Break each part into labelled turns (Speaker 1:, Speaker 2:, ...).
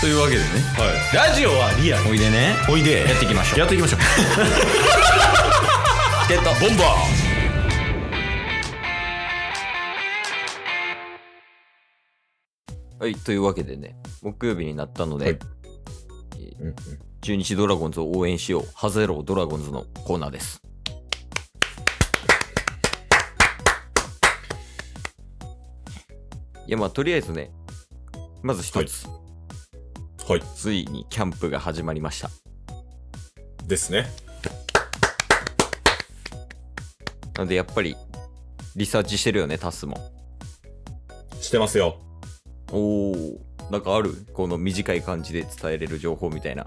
Speaker 1: というわけでね
Speaker 2: ラジオはリアル
Speaker 1: おいでね
Speaker 2: おいで
Speaker 1: やっていきましょう
Speaker 2: やってい きましょう
Speaker 1: チケットボンバーはい、というわけでね、木曜日になったので、
Speaker 2: はい
Speaker 1: えー
Speaker 2: うんうん
Speaker 1: 中日ドラゴンズを応援しよう、ハゼロドラゴンズのコーナーです。いや、まあ、とりあえずね、まず一つ、
Speaker 2: はい
Speaker 1: ついにキャンプが始まりました。
Speaker 2: ですね
Speaker 1: なので、やっぱり、リサーチしてるよね、タスも。
Speaker 2: してますよ
Speaker 1: おおなんかあるこの短い感じで伝えれる情報みたいな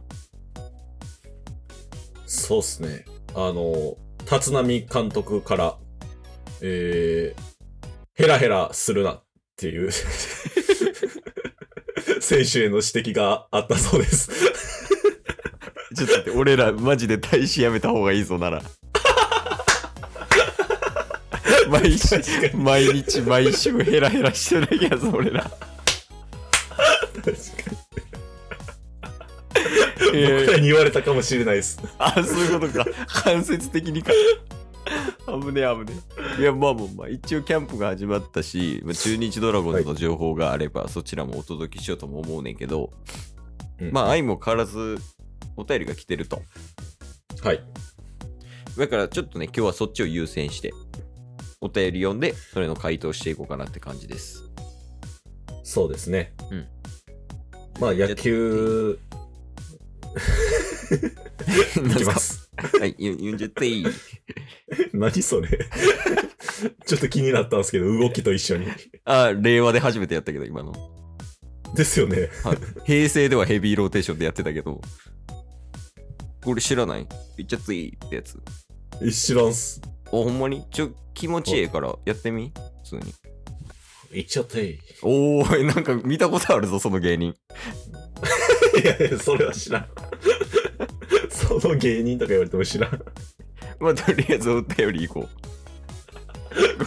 Speaker 2: そうっすねあの立浪監督からえー、ヘラヘラするなってい う選手への指摘があったそう です
Speaker 1: ちょっと待って俺らマジで大使やめた方がいいぞ なら毎日毎日毎週ヘラヘラしてるやつ俺ら
Speaker 2: 確か
Speaker 1: え
Speaker 2: に僕ら
Speaker 1: ー
Speaker 2: に言われたかもしれないです
Speaker 1: あそういうことか間接的にか危ね危ねいやまあまあまあ一応キャンプが始まったしまあ中日ドラゴンズの情報があれば、そちらもお届けしようとも思うねんけど、まあ愛も変わらずお便りが来てると
Speaker 2: あはい
Speaker 1: だからちょっとね、今日はそっちを優先して、お便り読んで、それの回答していこうかなって感じです。
Speaker 2: そうですね。
Speaker 1: うん
Speaker 2: まあ野球、 いきます。
Speaker 1: はい、ゆゆんじゃっていい。
Speaker 2: 何それ ちょっと気になったんですけど、動きと一緒に。
Speaker 1: あ、令和で初めてやったけど、今の。
Speaker 2: ですよね。
Speaker 1: 平成ではヘビーローテーションでやってたけど、これ知らない言っちゃっていいってやつ。
Speaker 2: 一緒なんす。
Speaker 1: お、ほんまにちょ、気持ちええからやってみ普通に。
Speaker 2: いっちゃっていい。
Speaker 1: おー、なんか見たことあるぞ、その芸人。
Speaker 2: いやいや、それは知らん。その芸人とか言われても知らん。
Speaker 1: まあ、とりあえずお便り行こ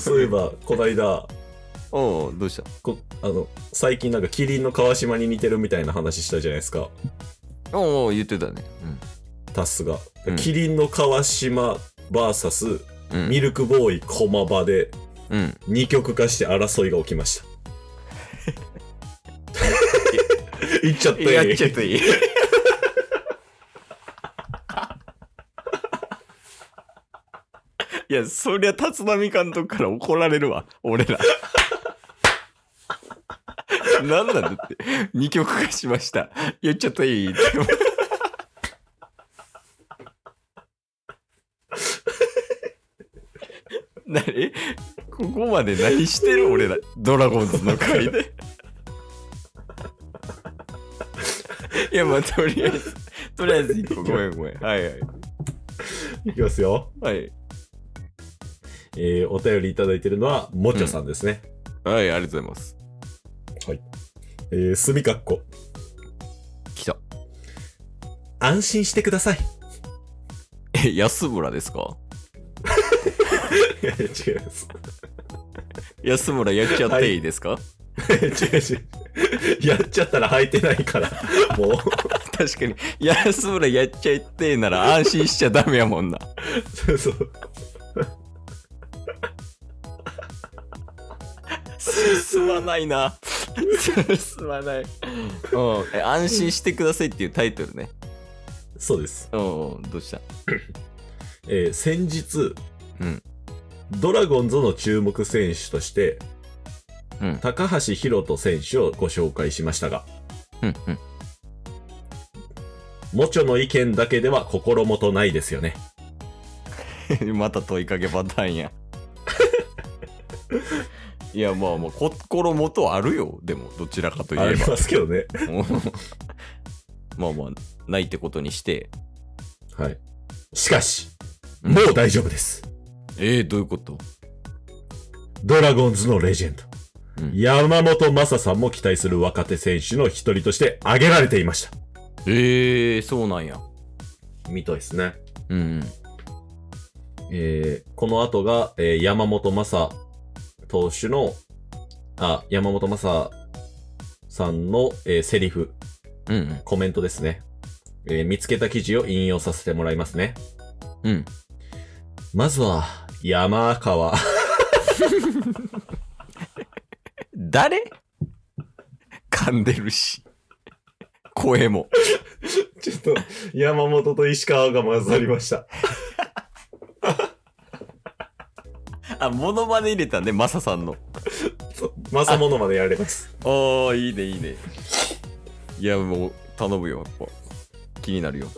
Speaker 2: そういえば、こないだ、
Speaker 1: う。おー、どうした
Speaker 2: こあの、最近なんかキリンの川島に似てるみたいな話したじゃないですか。
Speaker 1: おー、言ってたね。
Speaker 2: タスが。
Speaker 1: うん
Speaker 2: キリンの川島 VS
Speaker 1: うん。うん。
Speaker 2: ミルクボーイ駒場で
Speaker 1: うん。
Speaker 2: 二極化して争いが起きました。言っちゃった
Speaker 1: やっちゃっていい。 いや、そりゃ立浪監督から怒られるわ、俺 ら。なんなんだって、二曲化しました。やっちゃったいいって。 何ここまで何してる俺ら、ドラゴンズの会で。 いや、まあ、とりあえず、とりあえず行こう。 ごめん、ごめん。はいはい。
Speaker 2: いきますよ。
Speaker 1: はい。
Speaker 2: えー、お便りいただいてるのは、もちょさんですね。
Speaker 1: はい、ありがとうございます。
Speaker 2: えー、すみかっこ。
Speaker 1: 来た。
Speaker 2: 安心してください。
Speaker 1: え、安村ですか
Speaker 2: いやいや違います。
Speaker 1: 安村やっちゃっていいですか、
Speaker 2: いや 違う違う。やっちゃったら履いてないから、 もう。
Speaker 1: 確かに。安村やっちゃっていいなら安心しちゃダメやもんな。
Speaker 2: そう そう。
Speaker 1: 進まないな。進まない。うん。え、安心してくださいっていうタイトルね。
Speaker 2: そうです。
Speaker 1: うんうん、どうした
Speaker 2: えー、先日、
Speaker 1: うん
Speaker 2: ドラゴンズの注目選手として、
Speaker 1: うん
Speaker 2: 高橋宏斗選手をご紹介しましたが、
Speaker 1: うんうん。
Speaker 2: もちょの意見だけでは心もとないですよね。
Speaker 1: また問いかけパターンや。いや、まあまあ、心もとあるよ。でも、どちらかとい
Speaker 2: あ
Speaker 1: え
Speaker 2: り
Speaker 1: ば。
Speaker 2: ますけ どね。
Speaker 1: まあまあ、ないってことにして。
Speaker 2: はい。しかし、
Speaker 1: うん
Speaker 2: もう大丈夫です。
Speaker 1: えー、どういうこと
Speaker 2: ドラゴンズのレジェンド、
Speaker 1: うん
Speaker 2: 山本昌さんも期待する若手選手の一人として挙げられていました。
Speaker 1: えー、そうなんや。
Speaker 2: 見たいですね。
Speaker 1: うんうん。
Speaker 2: えーこの後が、えー山本昌投手の、あ、山本昌さんの、えーセリフ
Speaker 1: うん
Speaker 2: コメントですね。えー見つけた記事を引用させてもらいますね。
Speaker 1: うん。うん。
Speaker 2: まずは、山川。
Speaker 1: 誰噛んでるし。声も。
Speaker 2: ちょっと、山本と石川が混ざりました。
Speaker 1: あ、モノマネ入れたね、マサさんの。
Speaker 2: まさものまでやれます。
Speaker 1: ああ、いいね、いいね。いや、もう、頼むよ、やっぱ。気になるよ。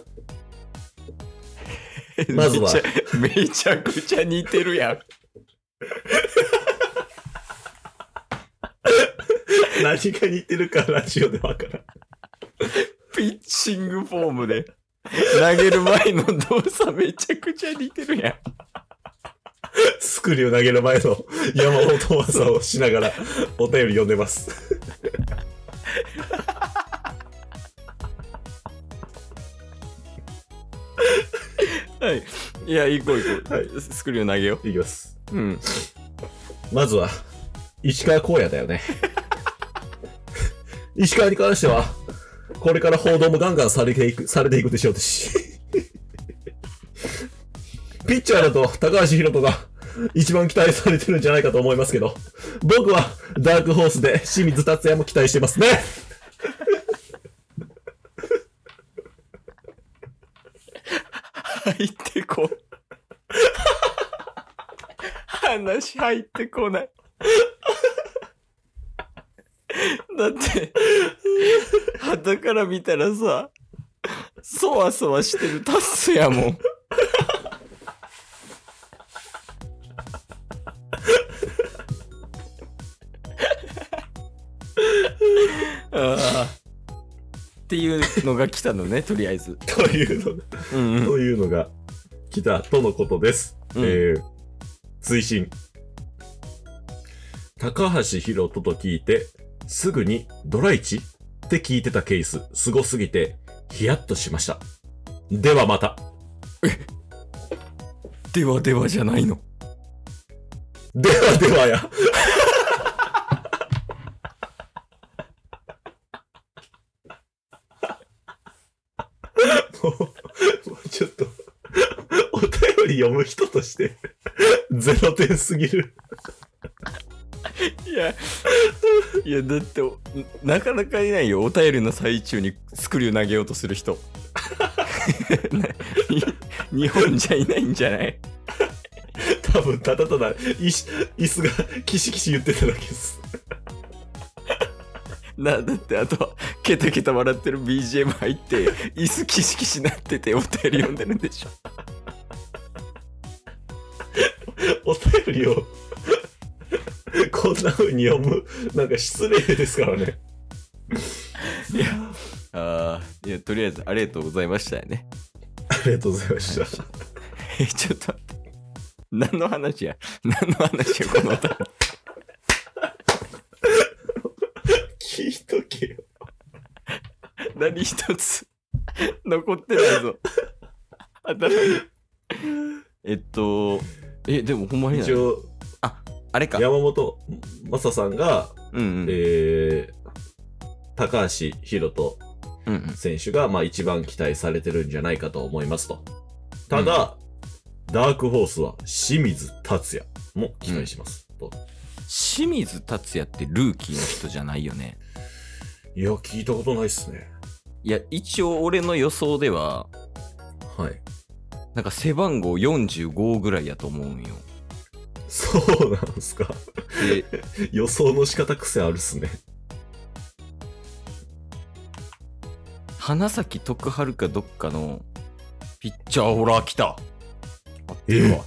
Speaker 2: まずは
Speaker 1: めちゃ。めちゃくちゃ似てるやん。
Speaker 2: 何が似てるかラジオでわからん。
Speaker 1: ピッチングフォームで。投げる前の動作めちゃくちゃ似てるやん。
Speaker 2: スクリュー投げる前の山本技をしながらお便り読んでます。
Speaker 1: はい。いや、行こう行こう。
Speaker 2: はい
Speaker 1: スクリュー投げよ
Speaker 2: いきます。
Speaker 1: う。うん。
Speaker 2: まずは、石川荒野だよね。 石川に関しては、これから報道もガンガンされていく、されていくでしょうし。 ピッチャーだと高橋宏斗が一番期待されてるんじゃないかと思いますけど、僕はダークホースで清水達也も期待してますね。
Speaker 1: 入ってこ。話入ってこない。だって、旗から見たらさ、そわそわしてるタスやもん。ああっていうのが来たのね、とりあえず。
Speaker 2: というのが
Speaker 1: うんうん
Speaker 2: というのが来たとのことです。
Speaker 1: うん
Speaker 2: えー、追伸。高橋宏斗と聞いて、すぐにドライチって聞いてたケース、すごすぎて、ヒヤッとしました。ではまた。
Speaker 1: ではではじゃないの。
Speaker 2: ではではや。もう、もうちょっと、お便り読む人として、ゼロ点すぎる。
Speaker 1: いや、いやだって、なかなかいないよ。お便りの最中にスクリュー投げようとする人。 に日本じゃいないんじゃない
Speaker 2: 多分ただただ椅子椅子がキシキシ言ってただけです
Speaker 1: な、だってあと、ケタケタ笑ってる BGM 入って、椅子キシキシなっててお便り読んでるんでしょ。
Speaker 2: お便りをこんな風に読むなんか失礼ですからね
Speaker 1: いや、あーいや、とりあえずありがとうございましたよね。
Speaker 2: ありがとうございました
Speaker 1: え、ちょっと待って。何の話や何の話やこのお便り
Speaker 2: 聞いとけよ
Speaker 1: 何一つ 残ってないぞ。頭にえっと、え、でもほんまにない
Speaker 2: 一応
Speaker 1: あれか。
Speaker 2: 山本正さんが、
Speaker 1: うんうん。
Speaker 2: えー、高橋宏斗
Speaker 1: うんうん
Speaker 2: 選手が、まあ、一番期待されてるんじゃないかと思いますとただ、ダークホースは清水達也も期待します、と
Speaker 1: 清水達也ってルーキーの人じゃないよね。
Speaker 2: いや聞いたことないっすね
Speaker 1: いや、一応俺の予想では、
Speaker 2: はい
Speaker 1: なんか背番号45ぐらいやと思うんよ。
Speaker 2: そうなんすか。
Speaker 1: で、
Speaker 2: 予想の仕方癖あるっすね。
Speaker 1: 花咲徳春かどっかのピッチャーほら来た。
Speaker 2: ええ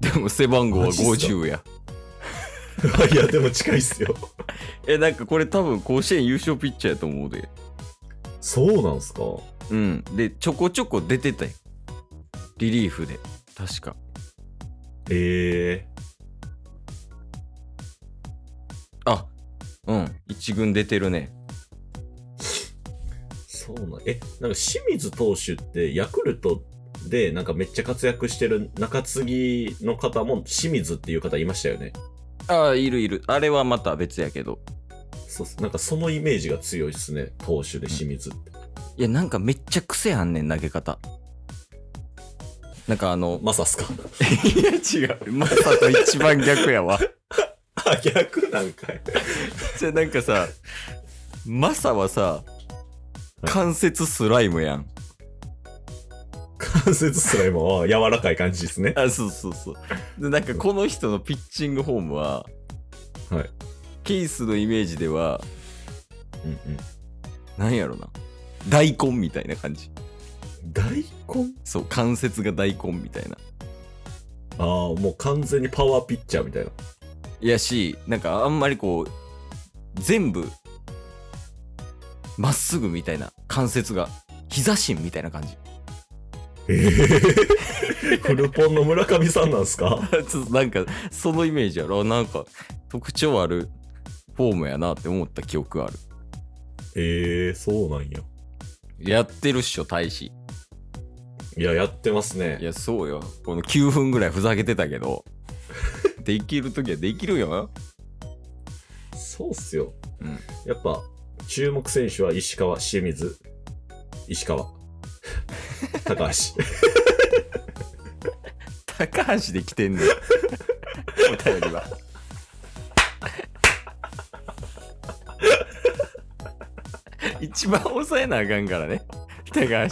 Speaker 1: でも背番号は
Speaker 2: マジっすか
Speaker 1: 50や。
Speaker 2: いや、でも近いっすよ。
Speaker 1: え、なんかこれ多分甲子園優勝ピッチャーやと思うで。
Speaker 2: そうなんすか。
Speaker 1: うん。で、ちょこちょこ出てたよ。リリーフで。確か。
Speaker 2: ええ
Speaker 1: あ、うん。一軍出てるね。
Speaker 2: そうなん。え、なんか清水投手ってヤクルトでなんかめっちゃ活躍してる中継ぎの方も清水っていう方いましたよね。
Speaker 1: ああ、いるいる。あれはまた別やけど。
Speaker 2: そうっすなんかそのイメージが強いですね。投手で清水って。
Speaker 1: いや、なんかめっちゃ癖あんねん、投げ方。なんかあの、
Speaker 2: マサっすか
Speaker 1: いや違う。まさと一番逆やわ。
Speaker 2: あ、逆なんかい。
Speaker 1: じゃあなんかさ、マサはさ、関節スライムやん。
Speaker 2: 関節すら今は柔らかい感じですね。
Speaker 1: あ、そうそうそう。で、なんかこの人のピッチングフォームは、
Speaker 2: はい。
Speaker 1: ケースのイメージでは、
Speaker 2: うんうん。
Speaker 1: なんやろな。大根みたいな感じ。
Speaker 2: 大根
Speaker 1: そう、関節が大根みたいな。
Speaker 2: ああ、もう完全にパワーピッチャーみたいな。
Speaker 1: やし、なんかあんまりこう、全部、まっすぐみたいな関節が、膝芯みたいな感じ。
Speaker 2: ええフルポンの村上さんなんすか
Speaker 1: ちょっとなんか、そのイメージやろ。なんか、特徴あるフォームやなって思った記憶ある。
Speaker 2: ええそうなんや。
Speaker 1: やってるっしょ、大使。
Speaker 2: いや、やってます
Speaker 1: い
Speaker 2: ね。
Speaker 1: や、そうよ。この9分ぐらいふざけてたけど、 できるときはできるよ。
Speaker 2: そうっすよ。
Speaker 1: うん
Speaker 2: やっぱ、注目選手は石川、清水、石 川、高橋。
Speaker 1: 高橋で来てんねん。お便りは。一番抑えなあかんからね。高橋が。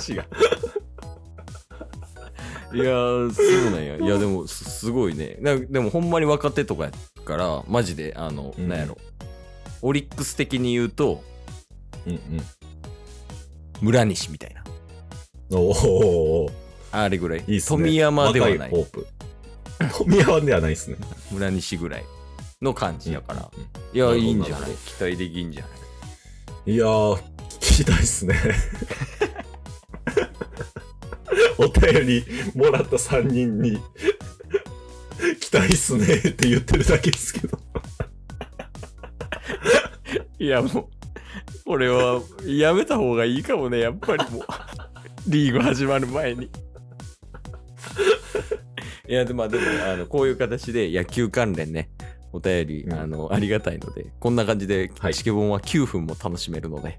Speaker 1: いやー、そうなんや。いや、でも、すすごいね。なでも、ほんまに若手とかやから、マジで、あの、
Speaker 2: うん
Speaker 1: なんやろ。オリックス的に言うと、
Speaker 2: うんうん。
Speaker 1: 村西みたいな。
Speaker 2: おお
Speaker 1: あれぐらい。
Speaker 2: いいっすね。
Speaker 1: 富山ではな
Speaker 2: 若
Speaker 1: い。
Speaker 2: ホープ。富山ではないっすね。
Speaker 1: 村西ぐらいの感じやから。
Speaker 2: うんうん
Speaker 1: いや、
Speaker 2: なるほ
Speaker 1: い
Speaker 2: ど
Speaker 1: いんじゃ
Speaker 2: な
Speaker 1: ない
Speaker 2: るほ
Speaker 1: 期待できんじゃない
Speaker 2: いやー、聞きたいっす ね。お便りもらった3人に、 期待っすねって言ってるだけですけど。
Speaker 1: いや、もう、俺はやめた方がいいかもね、やっぱり もう。リーグ始まる前に。 いや、でも、まあでも、あの、こういう形で野球関連ね、お便り、
Speaker 2: うん
Speaker 1: あの、ありがたいので、こんな感じで、
Speaker 2: はい
Speaker 1: チケボンは9分も楽しめるので、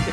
Speaker 3: す